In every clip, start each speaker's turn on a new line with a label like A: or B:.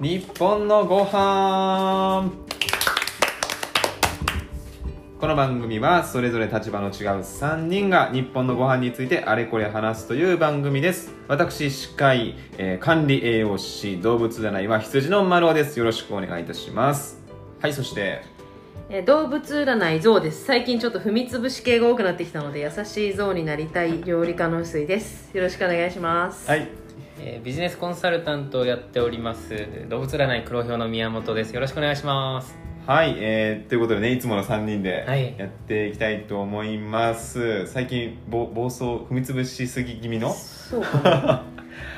A: 日本のご飯この番組はそれぞれ立場の違う3人が日本のご飯についてあれこれ話すという番組です私司会、えー管理栄養士動物占いは羊の丸尾ですよろしくお願いいたしますはいそして
B: えー動物占い象です最近ちょっと踏みつぶし系が多くなってきたので優しい象になりたい料理家の薄井ですよろしくお願いします
A: はい
C: えービジネスコンサルタントをやっております動物占い黒豹の宮本ですよろしくお願いします
A: はい、えーということでねいつもの3人で
C: はい
A: やっていきたいと思います、最近ぼ暴走踏みつぶしすぎ気味の
B: そうかな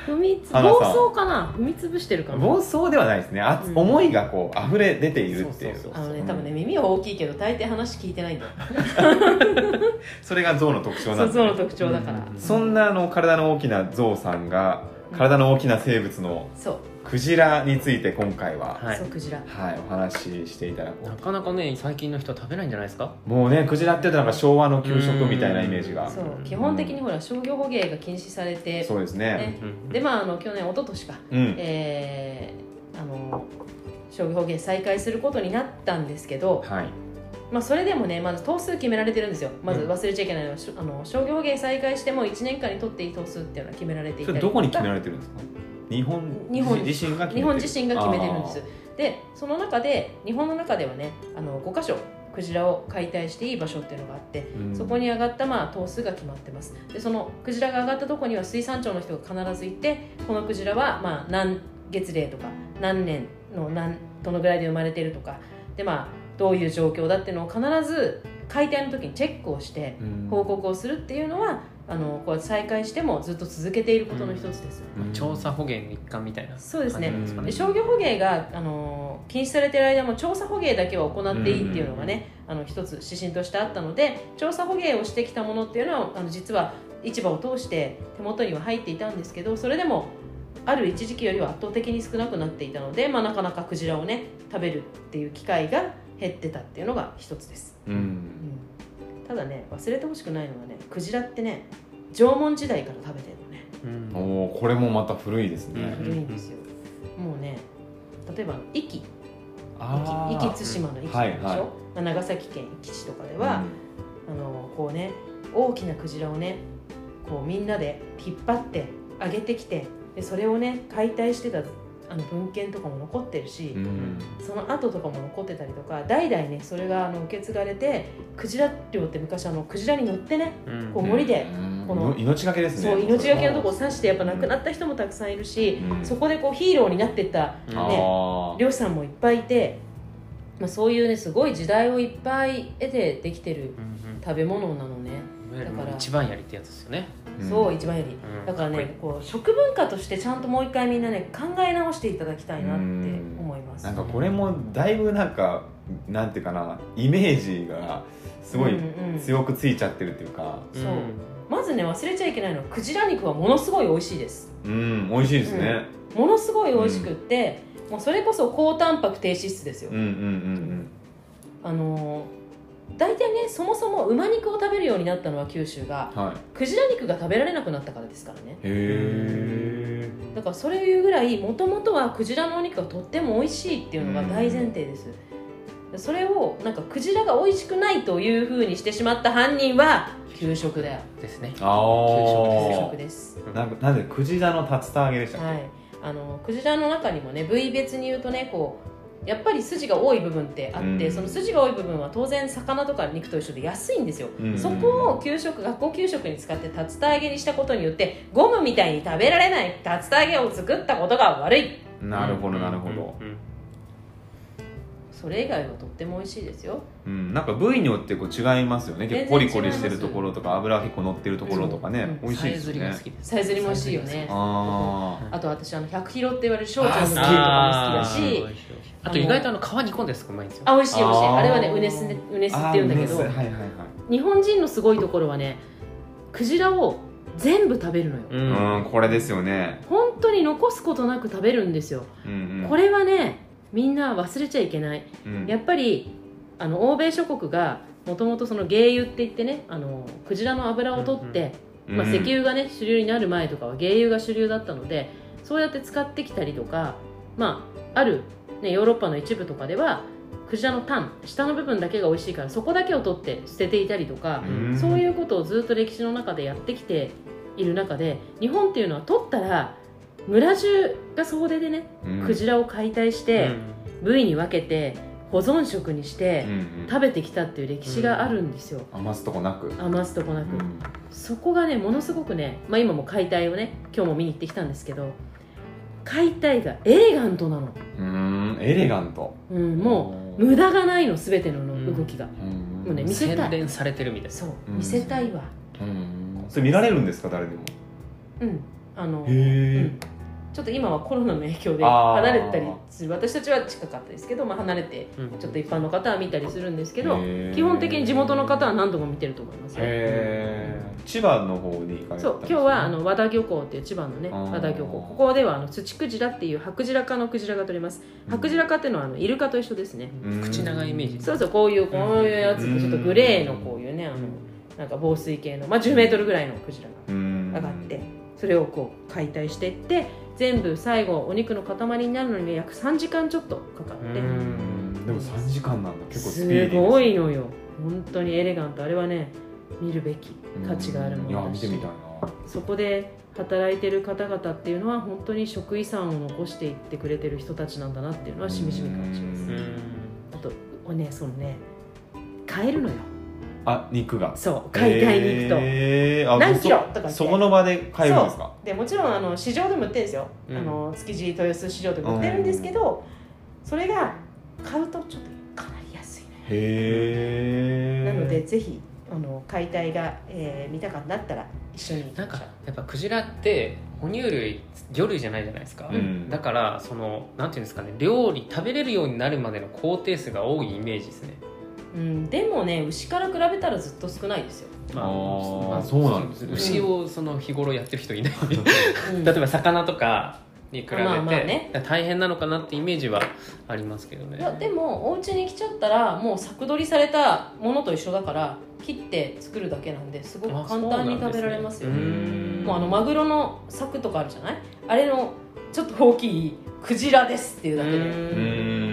B: 踏み つ
A: 花さん
B: 暴走かな踏みつぶしてるかな
A: 暴走ではないですねあつ、
B: うん
A: 思いがこう溢れ出ているっていうそ
C: そうそうそう
B: あのね
A: うん
B: 多分ね耳は大きいけど大抵話聞いてないんだよ
A: れが象の特徴
B: そ
A: なん
B: う
A: で
B: 象の特徴だから、
C: うん
A: そんなあの体の大きな象さんが体の大きな生物の
B: そう
A: クジラについて今回は、
C: はい
B: そうクジラ
A: はいお話ししていただこ
C: な
A: う
C: かなかね最近の人は食べないんじゃないですか
A: もうねクジラって言うとなんか昭和の給食みたいなイメージが
B: そ
A: そう
B: 基本的にほら商業捕鯨が禁止されて
A: うですね
B: ね
C: うん
B: でまああの去年一昨年か
A: うん
B: えーあの商業捕鯨再開することになったんですけど、
A: はい
B: まあ、それでもねまず頭数決められてるんですよまず忘れちゃいけないのは、しょあの商業芸再開しても1年間に取っていい頭数っていうのは決められてい
A: そ
B: たり
A: れ
B: と
A: ど
B: か
A: こに決められてるんですか日本
B: 日本
A: 自身が決めてる
B: 日本自身が決めてるんです
A: あ
B: でその中で日本の中ではねあの5箇所クジラを解体していい場所っていうのがあって
A: ーうん
B: そこに上がった、まあ、頭数が決まってますでそのクジラが上がったとこには水産庁の人が必ず行ってこのクジラは、まあ、何月齢とか何年の何どのぐらいで生まれてるとかで、まあ、どういう状況だっていうのを必ず解体の時にチェックをして
A: うん
B: 報告をするっていうのはあのこう再開してもずっと続けていることの一つです、
A: うん
C: 調査捕鯨の一環みたいな
B: そうですね
C: 感じなん
B: で
C: ですか
B: 商業捕鯨があの禁止されている間も調査捕鯨だけは行っていいっていうのがね、あの一つ指針としてあったので調査捕鯨をしてきたものっていうのはあの実は市場を通して手元には入っていたんですけどそれでもある一時期よりは圧倒的に少なくなっていたので、まあ、なかなかクジラをね食べるっていう機会が減ってたっていうのが一つです、
A: う
B: うんん、ただね忘れてほしくないのはねクジラってね縄文時代から食べてるのね
C: うん
A: おーこれもまた古いですね、
C: うん
B: 古いんですよ、もうね例えば壱岐
A: あー
B: 壱岐対馬の壱岐でしょ、
A: はいはい
B: まあ、長崎県壱岐市とかでは、あのこうね大きなクジラをねこうみんなで引っ張って上げてきてでそれをね解体してたあの文献とかも残ってるし、
A: うん
B: その後とかも残ってたりとか代々ねそれがあの受け継がれてクジラ漁って昔あのクジラに乗ってね
C: うん
B: こう森で、
A: うん
B: この
A: い命がけですね
B: そう命がけのとこを刺してやっぱ亡くなった人もたくさんいるし、
A: うん
B: そこでこうヒーローになってった
C: うん
A: あ
B: ね
A: ー
B: 漁師さんもいっぱいいて、まあ、そういうねすごい時代をいっぱい得てできてる
C: うん
B: 食べ物なのね、
C: うんいわゆる
B: だから
C: 一番やりってやつですよね
A: うん
B: そう一番より
C: うん
B: だからね
C: かっこ
B: こう食文化としてちゃんともう一回みんなね考え直していただきたいなって思います
A: なんかこれもだいぶなんかなんていうかなイメージがすごい
B: うんうん
A: 強くついちゃってるっていうか
B: そうまずね忘れちゃいけないのはクジラ肉はものすごい美味しいです
A: うん、美味しいですね、
B: ものすごい美味しくって、もうそれこそ高タンパク低脂質ですよ、
A: うん、うん
B: あのー大体ねそもそも馬肉を食べるようになったのは九州が
A: うんうんはい
B: クジラ肉が食べられなくなったからですからね
A: へえ
B: だからそれいうぐらいもともとはクジラのお肉がとっても美味しいっていうのが大前提です、それをなんかクジラが美味しくないというふうにしてしまった犯人は給食だよ
C: うんですね
A: あ
B: 給
A: あ
B: 食です
A: なんかなんでクジラの竜田揚げでしたっけ、
B: はいあのクジラの中にもね部位別に言うとねこうやっぱり筋が多い部分ってあって、
A: うん
B: その筋が多い部分は当然魚とか肉と一緒で安いんですよ、
A: うん
B: そこを給食学校給食に使って竜田揚げにしたことによってゴムみたいに食べられない竜田揚げを作ったことが悪い
A: なるほどなるほど、
C: うんうん
B: それ以外はとっても美味しいですよ
A: うんなんか部位によってこう違いますよね結構コリコリしてるところとか脂結構乗ってるところとかね、
B: う
A: 美味し
C: さ
A: い
C: え
A: です
C: ず
A: よ
C: りが好
A: ね
C: きです
B: さえずりも美味しいよね
A: ああ
B: あと私あの100キロって言われる小腸
A: あ
B: の
A: 好き
B: 部位とかも
C: あ
B: 好き
C: ー
B: だし
C: あと意外とあの皮煮込んですごいんですよ
B: あ美味しい美味しい
A: あー
B: あれはねうねすねうねすって言うんだけ
A: あ
B: ど
A: ー梅酢はいはいはい
B: 日本人のすごいところはねクジラを全部食べるのよ、
C: う
A: うん、これですよね。
B: 本当に残すことなく食べるんですよ、
A: うんうん、
B: これはねみんな忘れちゃいけない
A: うん、
B: やっぱりあの欧米諸国がもともとその鯨油って言ってねあのクジラの油を取って、まあ、石油がね主流になる前とかは鯨油が主流だったのでそうやって使ってきたりとかまあある、ね、ヨーロッパの一部とかではクジラのタン下の部分だけが美味しいからそこだけを取って捨てていたりとか、
A: うん
B: そういうことをずっと歴史の中でやってきている中で日本っていうのは取ったら村中が総出でね
A: うん
B: クジラを解体して、部位に分けて保存食にして
A: うんうん
B: 食べてきたっていう歴史があるんですよ、
A: 余すとこなく、
B: 余すとこなく、
A: うん
B: そこがねものすごくね、まあ、今も解体をね今日も見に行ってきたんですけど解体がエレガントなの、
A: うーんエレガント
B: うん、もう無駄がないの全ての動きが、
A: うん
B: もうね見せたい
C: 洗練されてるみたいです
B: そう
A: うん
B: 見せたいわ
A: うんそれ見られるんですか誰でも
B: うんあの、う
A: へ
B: んちょっと今はコロナの影響で
A: あー
B: 離れたりする私たちは近かったですけど、まあ、離れて
C: うん
B: ちょっと一般の方は見たりするんですけど
A: え
B: 基本的に地元の方は何度も見てると思いますよ
A: へえ千葉の方に行かれたんですね
B: そう今日はあの和田漁港っていう千葉のね
A: あー
B: 和田漁港ここではあの土クジラっていう白ジラ科のクジラが取れます白ジラ科っていうのはあのイルカと一緒ですね
A: うん
C: 口長いイメージ
B: そうそうこういうこういうやつ
A: うん
B: ちょっとグレーのこういうねあのなんか防水系の、まあ、1 0メートルぐらいのクジラ
A: うん
B: が上がってそれをこう解体していって全部最後お肉の塊になるのに約3時間ちょっとかかって
A: うんでも3時間なんだ結構スピー
B: す
A: ディーです
B: ごいのよ本当にエレガントあれはね見るべき価値があるも
A: うんい
B: の
A: や
B: だ
A: 見
B: して
A: みたいな
B: そこで働いてる方々っていうのは本当に食遺産を残していってくれてる人たちなんだなっていうのはしみしみ感じます
A: う
C: うんん
B: あとおねそのね買えるのよ
A: あ肉が
B: そう買い買いに行くと、
A: えーあ
B: 何キロ
A: そ
B: とかって
A: そこの場で買えるんですか
B: でもちろんあの市場でも売ってるんですよ、
C: うん
B: あの築地豊洲市場でも売ってるんですけど、それが買うとちょっとかなり安いのよ
A: へえ
B: なのでぜひあの解体が、えー見たかったら一緒に行きま
C: なん
B: しょ
C: か
B: う
C: やっぱクジラって哺乳類魚類じゃないじゃないですか、
A: うん
C: だからそのなんていうんですかね料理食べれるようになるまでの工程数が多いイメージですね、
B: うん、でもね牛から比べたらずっと少な いですよ、
A: あーそうなんですね
C: 牛をその日頃やってる人い ない、
B: うん
C: 例えば魚とかに比べて、
B: まあまあね
C: だから大変なのかなってイメージはありますけどね
B: いやでもお家に来ちゃったらもう作取りされたものと一緒だから切って作るだけなんですごく
C: あ
B: 簡単に食べられますよ
C: そうなんで
A: うん
B: もうあのマグロの柵とかあるじゃないあれのちょっと大きいクジラですっていうだけ
C: う
B: で
A: うん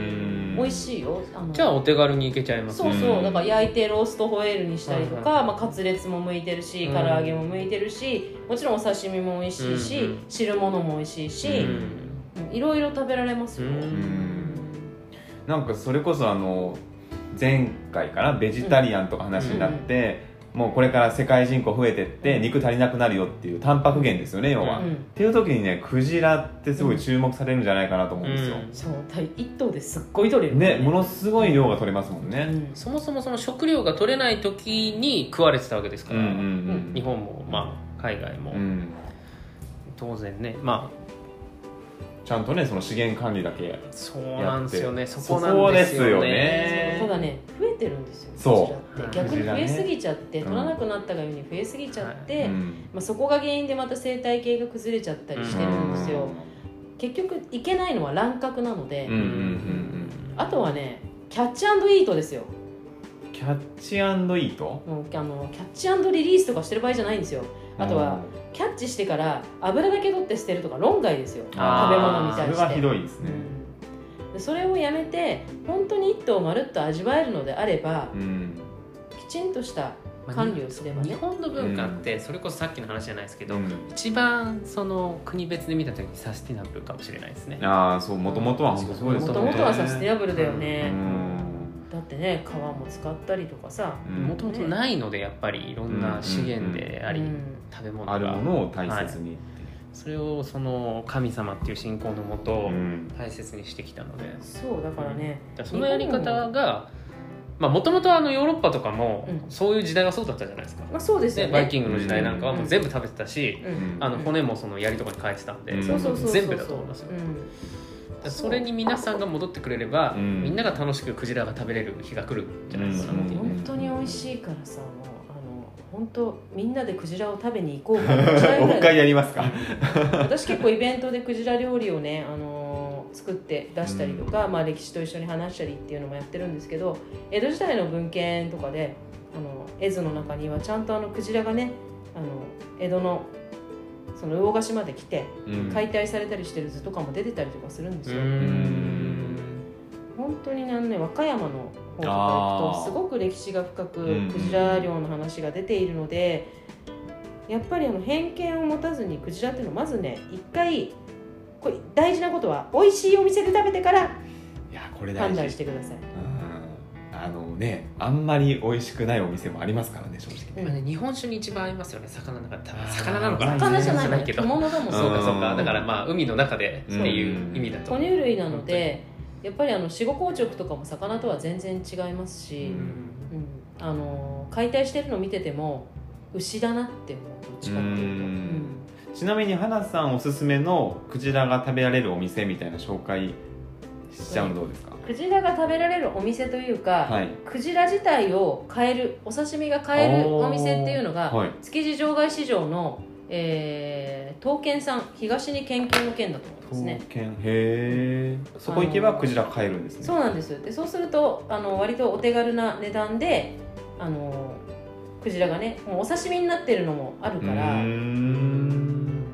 A: ん
B: 美味しいよあの
C: じゃあお手軽にいけちゃいます
B: そうそううんだから焼いてローストホエールにしたりとか、
C: はいは
B: まあ、カツレツも向いてるし
C: うん
B: 唐揚げも向いてるしもちろんお刺身も美味しいし、
C: うんうん
B: 汁物も美味しいし
C: う、ん
B: うんいろいろ食べられますよ、
A: んなんかそれこそあの前回かなベジタリアンとか話になって、もうこれから世界人口増えてって肉足りなくなるよっていうタンパク源ですよね要は、
B: う
A: っ
B: ん
A: ていう時にねクジラってすごい注目されるんじゃないかなと思うんですよ、
C: うん
B: そうた一頭ですっごい取れる
A: ねものすごい量が取れますもん
B: う
A: ね、
B: ん
C: そもそもその食料が取れない時に食われてたわけです
A: う
C: か
A: ん、う
C: ら、
A: ん
C: 日本も、まあ、海外も、
A: うんうん
C: 当然ねまあ
A: ちゃんとねその資源管理だけ
C: そうなんですよねそ
A: そ
C: こな
A: こ
C: ん
A: で
C: ですす
A: よ
C: よ
A: ね
C: ね
B: ただね増えてるんですよ
A: そう
B: クジラっ
A: う
B: て逆
A: ん
B: に増えすぎちゃって、
A: クジラ
B: 取
A: ね
B: らなくなったがゆえに増えすぎちゃって、
A: うん
B: まあ、そこが原因でまた生態系が崩れちゃったりしてるんですよ、結局いけないのは乱獲なので、
A: うんうんうん
B: あとはねキャッチイートですよ
A: うんキャッチイート
B: もうあのキャッチリリースとかしてる場合じゃないんですよあとはキャッチしてから油だけ取って捨てるとか論外ですよ食べ
A: あー
B: 物に
A: そ
B: 対
A: れ
B: して
A: はひどいですね、
B: うんでそれをやめて本当に一頭まるっと味わえるのであれば
A: うん
B: きちんとした
C: まあ
B: 管理をすれば
C: 日
B: ね、
C: 本の文化ってそれこそさっきの話じゃないですけど、
A: うん
C: 一番その国別で見た時にサスティナブルかもしれないですね
A: ああそうもともとは本当そうです
B: も
A: よ
B: と
A: ね
B: もとはサステナブルだよ
A: う
B: ね、
A: ん
B: だってね皮も使ったりとかさ、
A: うん
C: もともとないのでやっぱりいろんな資源であり、
B: うん
C: 食べ物が
A: あるものを大切に、
C: それをその神様っていう信仰のも
A: う
C: と
A: ん
C: 大切にしてきたので、
B: そうだからね、
C: だからそのやり方がもともとヨーロッパとかも
B: うん
C: そういう時代はそうだったじゃないですか、
B: まあ、そうですよ
C: で
B: ね
C: バイキングの時代なんかはもう全部食べてたし、
B: うん
C: あの骨もその槍とかに変えてたんで、
A: うん
B: そうそうそうそう
C: 全部だと思いますよ、
B: うん
C: だからそれに皆さんが戻ってくれれば、
A: うん
C: みんなが楽しくクジラが食べれる日が来るんじゃないですかなっていう、
A: うん
B: 本当に美味しいからさもうあの本当みんなでクジラを食べに行こうかな嫌
A: も
B: い
A: う 一
B: ぐらい
A: 回やりますか、
B: 私結構イベントでクジラ料理をね、あのー作って出したりとか、まあ、歴史と一緒に話したりっていうのもやってるんですけど江戸時代の文献とかであの絵図の中にはちゃんとあのクジラがねあの江戸のその魚ヶ島で来て
A: うん
B: 解体されたりしてる図とかも出てたりとかするんです
C: う
B: よ、
C: ん
B: 本当にねあのね和歌山の方とか行くと
A: あー
B: すごく歴史が深く
A: うん
B: クジラ漁の話が出ているのでやっぱりあの偏見を持たずにクジラっていうのはまずね一回これ大事なことは美味しいお店で食べてから
A: いやこれ大
B: 判断し
A: 事
B: てくださ
A: う
B: い
A: んあのねあんまり美味しくないお店もありますからね正直ね
C: まあね日本酒に一番合いますよね魚の中で多分
A: あー
C: 魚なのかな
A: 魚じゃ
B: のよ
C: けど
B: 干物だもん
C: そう
A: うん
C: かそうかだからまあ海の中でっていう意味だと
B: 哺乳類なのでやっぱりあの死後硬直とかも魚とは全然違います
C: う
B: し、
C: ん
B: うんあの解体してるの見てても牛だなって思うどっちかっていうと、
A: うん
B: うん
A: ちなみに花さんおすすめのクジラが食べられるお店みたいな紹介しちゃうのどうですか、
B: クジラが食べられるお店というか、
A: はい
B: クジラ自体を買えるお刺身が買えるお店っていうのが、
A: はい
B: 築地場外市場の、えー、東県産東に県金の県だと思うんです
A: 刀
B: ね
A: 剣へえそこ行けばクジラ買えるんですね
B: そうなんですでそうするとあの割とお手軽な値段であのクジラがねもうお刺身になってるのもあるから、
A: うー
B: うん
A: ん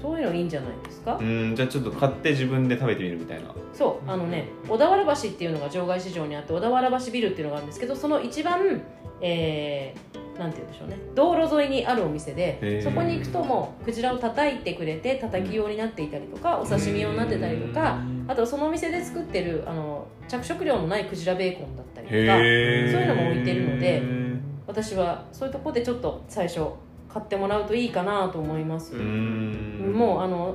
B: そういうのいいんじゃないですか、
A: うーんじゃあちょっと買って自分で食べてみるみたいな
B: そうあのね小田原橋っていうのが場外市場にあって小田原橋ビルっていうのがあるんですけどその一番、えーなんて言うんでしょうね道路沿いにあるお店
A: へ
B: で
A: ー
B: そこに行くともうクジラを叩いてくれて叩き用になっていたりとかお刺身用になってたりとかあとそのお店で作ってるあの着色料のないクジラベーコンだったりと
A: へ
B: か
A: え
B: そういうのも置いてるので私はそういうとこでちょっと最初買ってもらうといいかなと思います。
A: うーん
B: もうあの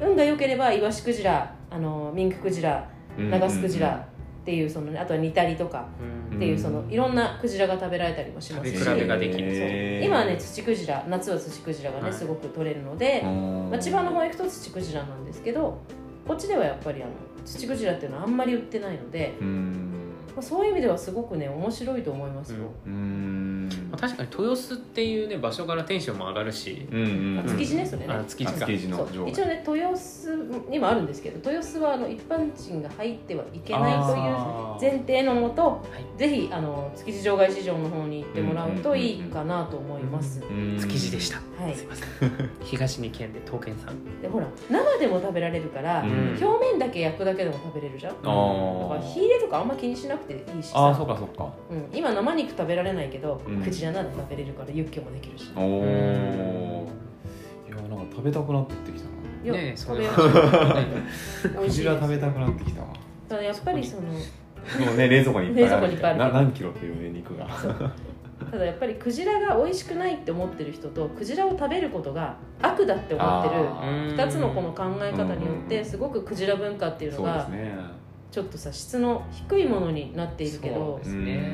B: 運が良ければイワシクジラあのミンククジラナガスクジラっていうその、ね、あとは煮たりとかっていうその
A: うん
B: いろんなクジラが食べられたりもしますし
C: 食べ比べができる
B: そう今はね土クジラ夏は土クジラがね、
C: はい
B: すごく取れるので、まあ、千葉の方行くと土クジラなんですけどこっちではやっぱりあの土クジラっていうのはあんまり売ってないので、
A: うーん
B: まあ、そういう意味ではすごくね面白いと思いますよ、
A: うーん
C: まあ確かに豊洲っていうね場所からテンションも上がるし
A: うんうん
B: あ築地ねそれね
C: あ築地
A: あ
C: か
A: 築地
B: そ
A: の
B: う
A: 場
B: 一応
A: 外
B: ね豊洲にもあるんですけど豊洲はあの一般人が入ってはいけないという
A: あー
B: 前提のもと、
C: い
B: ぜひあの築地場外市場の方に行ってもらうといいかなと思います、
A: うーん
C: 築地でした
B: はい
C: すいません 東に県で刀剣さん
B: でほら生でも食べられるから、
A: うん
B: 表面だけ焼くだけでも食べれるじゃんだ
A: あ
B: か
A: ー
B: ら火入れとかあんま気にしなくていいし
A: あー
B: さ
A: そうかそうか
B: うん、今生肉食べられないけど、
A: うん
B: クジラなら食べれるからユッケもできるし
A: おおいやなんか食べたくなってきたな
B: よ
C: ねえ
B: 食
C: そう
B: べ
C: い
B: よ
C: う
B: う
C: 話
B: 美
A: ク
B: 味しい
A: ジ
B: で
A: ラ
B: す
A: 食べたくなってきたわ
B: ただやっぱりその
A: もうね冷蔵庫にいっぱいある
B: 冷蔵庫にいっぱいある
A: な何キロっていうね肉が
B: ただやっぱりクジラが美味しくないって思ってる人とクジラを食べることが悪だって思ってる
A: あー
B: 2つのこの考え方によっ
A: う
B: て
A: ん
B: すごくクジラ文化っていうの
A: そうです
B: が
A: ね
B: ちょっとさ質の低いものになっているけ
C: そう
B: ど
C: ですね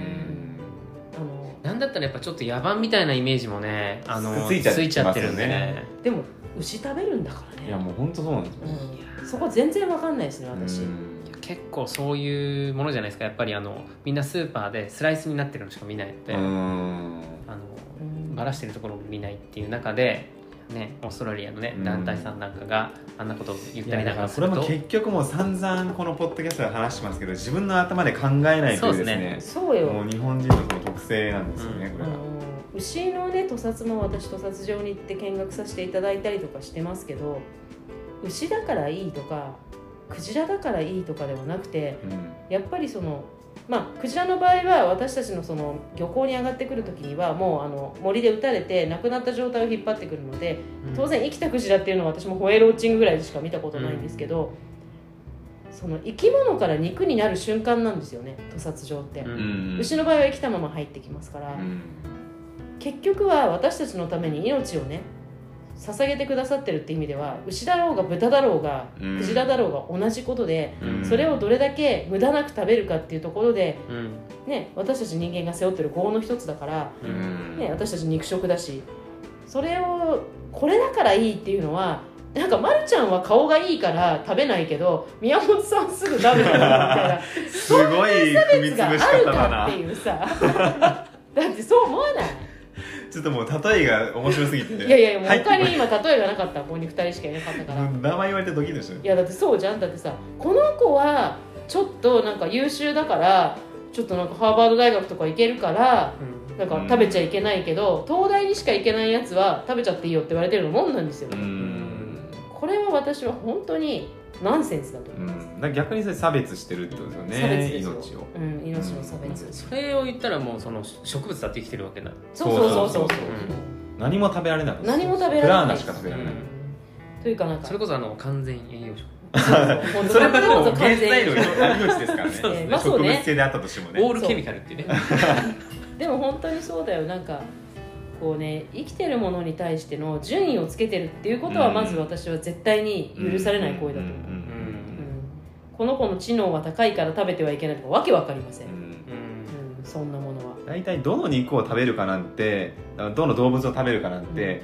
B: あの
C: なんだったらやっぱちょっと野蛮みたいなイメージもねあの
A: ついちゃってますよね
C: ちゃってるんでね
B: でも牛食べるんだか
A: う
B: ら
A: ん
B: ね
A: いやもう本当そうなんですよ
B: うんそこ全然わかんないですね私
A: うん
C: 結構そういうものじゃないですかやっぱりあのみんなスーパーでスライスになってるのしか見ないので、
A: うん
C: あの
B: うん
C: バラしてるところも見ないっていう中で、ね、オーストラリアの、ね
A: う、ん
C: 団体さんなんかがあんなことを言っ
A: い
C: た
A: や
C: り
A: だ
C: なん
A: か
C: からす
A: これ
C: る
A: も
C: と
A: 結局もう散々このポッドキャストで話してますけど自分の頭で考えないというですね
B: そうよ
A: もう日本人のその特性なんですよね、こ
B: あ
A: れ
B: の牛のね屠殺も私屠殺場に行って見学させていただいたりとかしてますけど牛だからいいとかクジラだからいいとかではなくて
A: は
B: やっぱりそのまあクジラの場合は私たちのその漁港に上がってくる時にはもうあの森で撃たれて亡くなった状態を引っ張ってくるので
C: うん
B: 当然生きたクジラっていうのは私もホエールウォッチングぐらいしか見たことないんですけど、その生き物から肉になる瞬間なんですよね屠殺場って、
C: うん
A: うん
B: 牛の場合は生きたまま入ってきますから、結局は私たちのために命をね捧げてくださってるって意味では牛だろうが豚だろうが
A: うん
B: クジラだろうが同じことで、
A: うん
B: それをどれだけ無駄なく食べるかっていうところで、
C: うん
B: ね、私たち人間が背負ってる業の一つだから、
A: う
B: ね、私たち肉食だしそれをこれだからいいっていうのはなんかまるちゃんは顔がいいから食べないけど宮本さんすぐ食べたみたい な
A: すごい踏み
B: やつがあ
A: 潰し
B: る
A: 方だ
B: か
A: な
B: っていうさ だってそう思わない
A: ちょっともう例えが面白すぎて
B: いやいやいやもう
A: 入ってこ
B: 他
A: ない
B: に今例えがなかったここに2人しかいなかったから
A: う
B: い
A: ん名前言われてドキッとしたよ
B: やだってそうじゃんだってさこの子はちょっとなんか優秀だからちょっとなんかハーバード大学とか行けるから
C: うん
B: だから食べちゃいけないけど、東大にしか行けないやつは食べちゃっていいよって言われてるもんなんですよ、
A: う
C: うんん
B: これは私は本当にナンセンスだと思
A: う
B: い
A: ん、
B: ま
A: だから逆にそれ差別してるってことですよね
B: 差別ですよ
A: 命を
B: す、うん命の差別、
C: それを言ったらもうその植物だって生きてるわけだ
B: そうそうそうそう
A: そうそう何も食べられなくて
B: 何も食べられない
A: プラーナしか食べられない、
B: うんというかなんか
C: それこそあの完全栄養食
B: そう
A: それは
B: 本
A: も
B: 当
A: う原
B: に完
A: 材
B: 全
A: 料
B: に
A: の命ですからね
B: そうですねまあそ
A: 植
B: うね
A: 物系であったとしてもね
C: オールケミカルっていうね
B: でも本当にそうだよなんかこうね生きてるものに対しての順位をつけてるっていうことは
A: うん
B: まず私は絶対に許されない行為だと思う、
A: うん
B: う
C: う
B: ん
C: ん
B: この子の知能は高いから食べてはいけないとかわけわかりません、
A: う
B: うん
A: うんん
C: うん
B: そんなものは
A: 大体どの肉を食べるかなんてあのどの動物を食べるかなんて、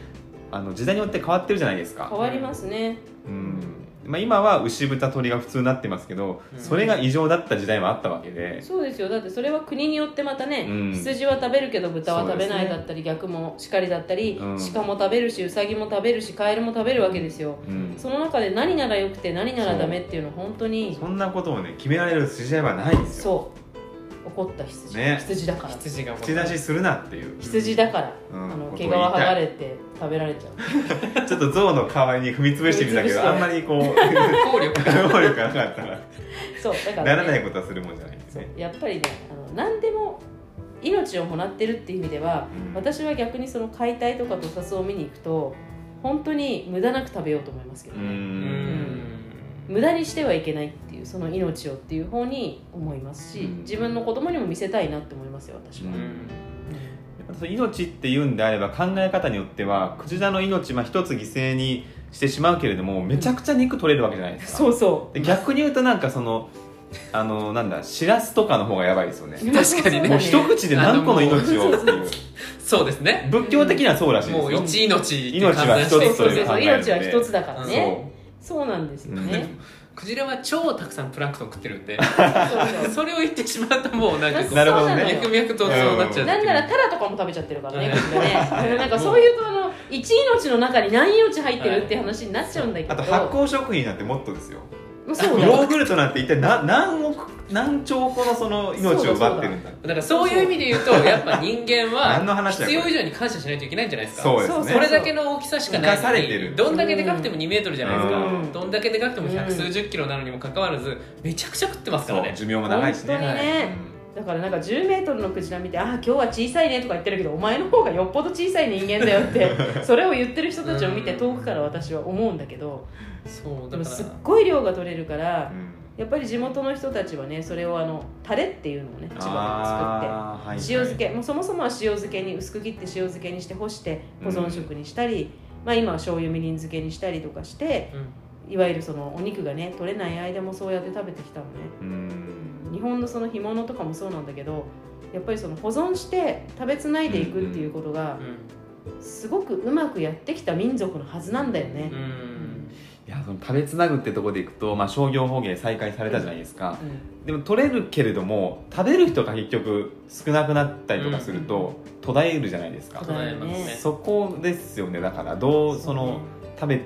A: あの時代によって変わってるじゃないです
B: 変
A: か、
B: わりますね、
A: うんまあ、今は牛豚鳥が普通になってますけど、
C: うん
A: それが異常だった時代もあったわけで、
B: そうですよだってそれは国によってまたね、
A: うん
B: 羊は食べるけど豚は食べな
A: そう
B: い
A: ですね
B: だったり、逆もしかりだったり、
A: うん
B: 鹿も食べるしウサギも食べるしカエルも食べるわけですよ
A: うん、
B: その中で何なら良くて何ならダメっていうのは本当に
A: そんなことをね決められる筋合いはないんですよ
B: そう怒った羊、
A: ね
B: 羊だから
C: 羊が
A: 口出しするなっていう、
B: 羊だから、
A: うん
B: あの
A: ことを
B: 毛
A: 言
B: 皮
A: いたい
B: 剥がれて食べられちゃう
A: ちょっと象の代わりに踏み潰してみたけ
B: 踏み潰し
A: ど
B: て
A: あんまりこ う
C: 効力が
A: 能力がなかったら
B: そうだか
A: な
B: ら、ね、
A: らないことはするもんじゃないです
B: そう
A: ね
B: やっぱりねあの何でも命をもらってるっていう意味では、
A: うん
B: 私は逆にその解体とか屠殺を見に行くと本当に無駄なく食べようと思いますけど
A: う
B: ね、
A: ん
B: 無駄にしてはいけないっていうその命をっていう方に思いますし、
A: うん
B: 自分の子供にも見せたいなって思いますよ私は、
A: う
C: うんん
A: やっぱその命っていうんであれば考え方によってはクジラの命、まあ、一つ犠牲にしてしまうけれどもめちゃくちゃ肉取れるわけじゃないですか
B: そうそ
A: で逆に言うとなんかそのあのなんだシラスとかの方がやばいですよね
B: う
C: 確かにね
A: もう一口で何個の命をっていう
C: そうですね
A: 仏教的にはそうらしいで
C: も
A: す
C: う
A: よ
C: 一命って
A: 命は一つ
B: そう
A: という
B: そうそ
A: 考え
B: う
A: なん
B: そう
A: で
B: 命は一つだからね
A: そ
B: そうなんですよね、
C: クジラは超たくさんプランクトン食ってるんで
B: そうそう
C: それを言ってしまうともうなんかこ
A: なるほどね
B: そうのよ
C: 脈々とそうな っちゃう
B: なんならタラとかも食べちゃってるからね、
C: う
B: こ
C: ん
B: れね。なんかそういうとあの一命の中に何命入ってるって話になっちゃうんだけど。
A: あと発酵食品なんてもっとですよ
B: も
A: ヨ
B: うそうだよ。
A: ーグルトなんて一体な何億何兆個のその命を奪ってるんだ
C: だからそういう意味で言うとやっぱ人間
A: 何の
C: は
A: 話だよ
C: 必要以上に感謝しないといけないんじゃないですか
A: そうですね
B: そうそう
C: これだけの大きさしかな
A: 生
C: い
A: かされてる
C: どんだけでかくても2メートルじゃないですか、
A: うん
C: どんだけでかくても
B: うん
C: 百数十キロなのにもかかわらずめちゃくちゃ食ってますから
A: そう
C: ね
A: 寿命も長いしね
B: 本当にねだからなんか10メートルのクジラ見て、ああ今日は小さいねとか言ってるけど、お前の方がよっぽど小さい人間だよ って、それを言ってる人たちを見て遠くから私は思うんだけど、
C: そう
B: で
C: だ
B: も
C: か
B: すっ
C: ら
B: ごい量が取れるか
A: う
B: ら
A: ん、うん
B: やっぱり地元の人たちはね、それをあのタレっていうのをね、千葉で作って。
A: あーはい
B: 塩漬けもうそもそもは塩漬けに薄く切って塩漬けにして干して保存食にしたり、まあ、今は醤油みりん漬けにしたりとかして
C: うん
B: いわゆるそのお肉がね取れない間もそうやって食べてきたのね
A: うん
B: 日本のその干物とかもそうなんだけどやっぱりその保存して食べつないでいくっていうことがすごくうまくやってきた民族のはずなんだよね
C: うんう、ん
A: いやその食べつなぐってとこでいくと、まあ、商業捕鯨再開されたじゃないですか、
B: うん
A: でも取れるけれども食べる人が結局少なくなったりとかすると、途絶えるじゃないですか、
B: 途絶
C: 唱えます
B: える
C: ね
A: そこですよねだからどうそ
B: そう
A: の
B: ね
A: 食べ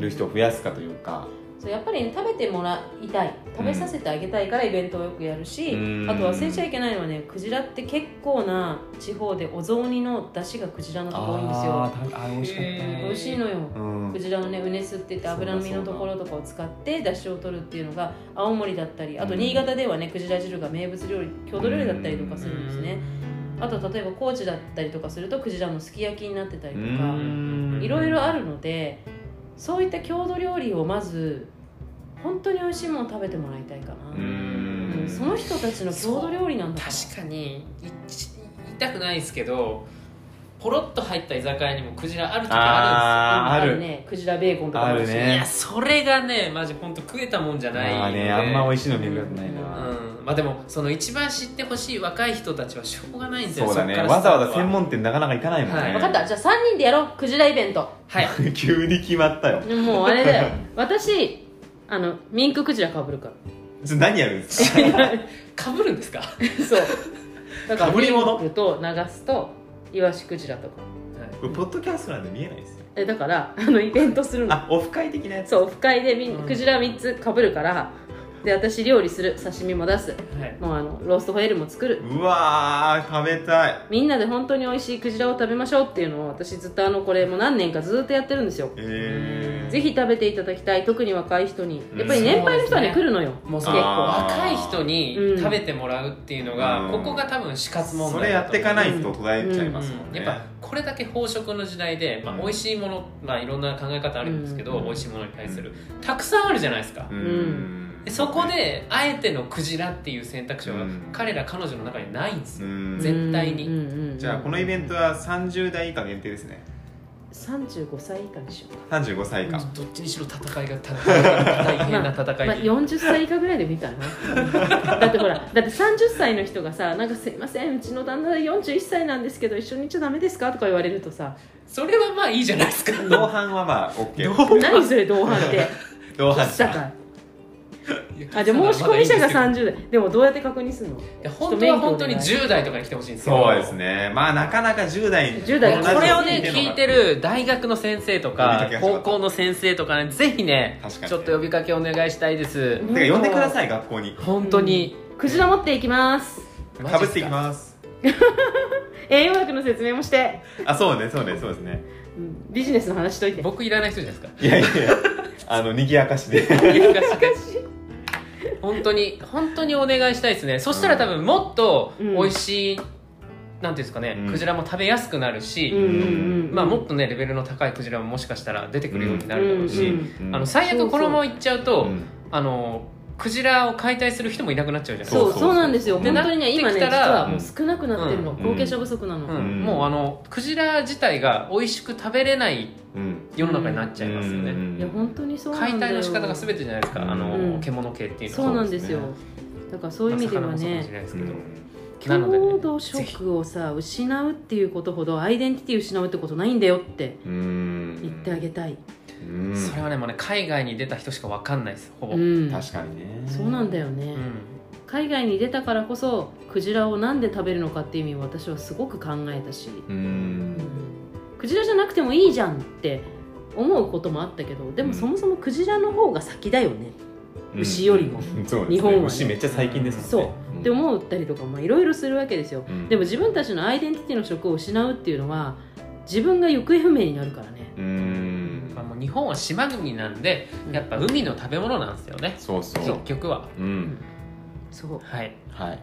A: る人を増やすかというか
B: そうやっぱりね、食べてもらいたい食べさせてあげたいからイベントをよくやるし、
A: うん
B: あと忘れちゃいけないのはねクジラって結構な地方でお雑煮の出汁がクジラのとこ多いんです
A: あ
B: よ
A: ーたあー美味しかった
C: へ
B: 美
A: ね
B: 味しいのよ
A: うん
B: クジラのねうねすって言って脂身のところとかを使って出汁を取るっていうのが青森だったりあと
A: うん
B: 新潟ではねクジラ汁が名物料理郷土料理だったりとかするんですねあと例えば高知だったりとかするとクジラのすき焼きになってたりとか
A: うん
B: いろいろあるのでそういった郷土料理をまず本当に美味しいものを食べてもらいたいかな、
A: う
B: うん
A: ん
B: その人たちの郷土料理なんだから
C: 確かにい言いたくないですけどポロッと入った居酒屋にもクジラある時あ
A: あーある
B: ねクジラベーコンとか
A: あ
B: も
A: る
B: るし
C: るんですよい
A: ね
C: やそれがねマジ本当食えたもんじゃない
A: まあ
C: んで
A: ねあんま美味しいの見ることないな、
C: うんまあでもその一番知ってほしい若い人たちはしょうがないんですよ
A: そうだね
C: っから
A: わざわざ専
C: ス
A: 門店なかなか行かないもんね、
C: はい
B: 分かったじゃあ3人でやろうクジライベント
C: タートははい
A: 急に決まったよ
B: もうあれだよ私あのミンククジラかぶるか
A: ちょ何やるんですか
C: かぶるんですか、
B: ら そうだから
A: 被り物
B: ミンクと流すとイワシクジラとか
A: これポッドキャストなんで見えないですよ
B: えだからあのイベントするの
A: あオフ会的なやつ
B: そうオフ会でみん
C: うん
B: クジラ3つかぶるからで私料理する刺身も出す
C: はい
B: もうあのローストホエールも作る
A: うわー食べたい
B: みんなで本当に美味しいクジラを食べましょうっていうのを私ずっとあのこれもう何年かずっとやってるんですよ
A: えー、
B: ぜひ食べていただきたい特に若い人に
A: うん
B: やっぱり年配の人はね
C: そうです
B: 来
C: ね
B: るのよ
C: もう
B: 結
C: そ
A: の
C: の
B: 構
A: あー
C: 若い人に食べてもらうっていうの
A: う
C: が
A: ん
C: ここが多分死活問題
A: それやっていかないと
B: うん
A: 途絶えちゃいますもん
C: うん
A: ね、
C: やっぱこれだけ飽食の時代で、まあ、
A: うん
C: 美味しいもの、まあ、いろんな考え方あるんですけど、
B: うん
C: 美味しいものに対するたくさんあるじゃないですか、
A: うん
C: でそこであえてのクジラっていう選択肢は
A: うん
C: 彼ら彼女の中にないんです
A: う
C: よ、
A: ん
C: ぜ絶対に
B: うんうんうん
A: じゃあこのイベントは30代以下限定ですね
B: 35歳以下にしようか
A: 35歳以下、
C: どっちにしろ戦いが戦いが大変な戦い
B: まあ、40歳以下ぐらいでもいいか なだってほらだって30歳の人がさ「なんかすいませんうちの旦那41歳なんですけど一緒にいちゃダメですか?」とか言われると さ
C: それはまあいいじゃない ですか
A: 同伴はまあ OK
B: 「何それ同伴って
A: 同伴
B: したかあじゃあ申し込み者が30代でもどうやって確認するの
C: いや本当は本当に10代とかに来てほしいんですよ
A: そうですねまあなかなか10代
B: 10
C: だ
B: 代
C: からこれをね
A: 同じの
C: 聞いてる大学の先生とか
A: 呼びかけ始ま
C: 高
A: った
C: 校の先生とかねぜひね
A: 確かに
C: ちょっと呼びかけお願いしたいです
A: てか呼んでください学校に
C: 本当に、
B: クジラ持っていきます
C: マ
A: か
C: ジ
A: ぶっ
C: っすか
A: ていきます
B: 栄養学の説明もして、
A: あそうねそうねそうですね
B: うんビジネスの話しといて
C: 僕いらない人じゃないですか
A: いやいやいやあの賑やかしで
C: 本当に本当にお願いしたいですねそしたら多分もっと
B: うん
C: 美味しい、なんていうんですかね、
A: うん
C: クジラも食べやすくなるし、
B: うんうんうん
C: まあ、もっとねレベルの高いクジラももしかしたら出てくるようになるだろうし、
A: うんうん
C: あの最
B: そうそう
C: 悪このままいっちゃうと、
A: うん
C: あのクジラを解体する人もいなくなっちゃうじゃないですか
B: そう
A: そうそうそう
B: そうなんですよ
A: で
B: 本当にね今ね
C: な
B: 実
C: ってきたら
B: はもう少なくなってるの、
C: うん
B: 後継者不足なの、
C: うん
A: うん
C: もうあのクジラ自体が美味しく食べれない
A: うん
C: 世の中になっちゃいますよね、
A: うん
B: いや本当にそうなんだよ
C: 解体の仕方が全てじゃないですか、あの、
B: うん
C: 獣系っていうのは
B: そうなんですよ
A: そう
B: だからそういう意味では
C: まあ魚もそうかもしれ
B: ね
C: ないです
A: う
C: けど、
A: ん
C: なのでね
B: 強度職をさ失うっていうことほどアイデンティティ失うってことないんだよって
A: うん
B: 言ってあげたい、
A: うん
C: それはねもうね海外に出た人しかわかんないですほぼ、
B: う
C: うん
B: ん、
A: 確かにね
B: そうなんだよね、海外に出たからこそクジラをなんで食べるのかっていう意味を私はすごく考えたし、
A: うん
B: クジラじゃなくてもいいじゃんって思うこともあったけどでもそもそもクジラの方が先だよね、牛よりも
A: うん そうですね
B: 日本はね
A: 牛めっちゃ最近ですもんね
B: そうって思ったりとかまあいろいろするわけですよ、
A: うん
B: でも自分たちのアイデンティティの職を失うっていうのは自分が行方不明になるからね
A: うん
C: まあ、もう日本は島国なんでやっぱ海の食べ物なんですよね、
A: そうそ
C: 結
A: う
C: 局は
A: うん
B: そう
C: はい
A: はい
B: なん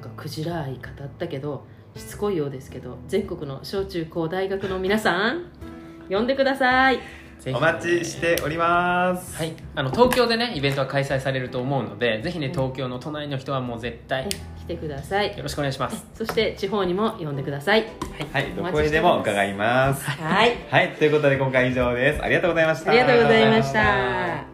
B: かクジラ愛語ったけどしつこいようですけど全国の小中高大学の皆さん呼んでください
C: ぜひね
A: お待ちしております
C: はい、あの東京でねイベントは開催されると思うのでぜひね東京の都内の人はもう絶対
B: え来てください
C: よろしくお願いします
B: そして地方にも呼んでください
A: はいどこへでも伺います
B: はい
A: はいということで今回以上ですありがとうございました
B: ありがとうございました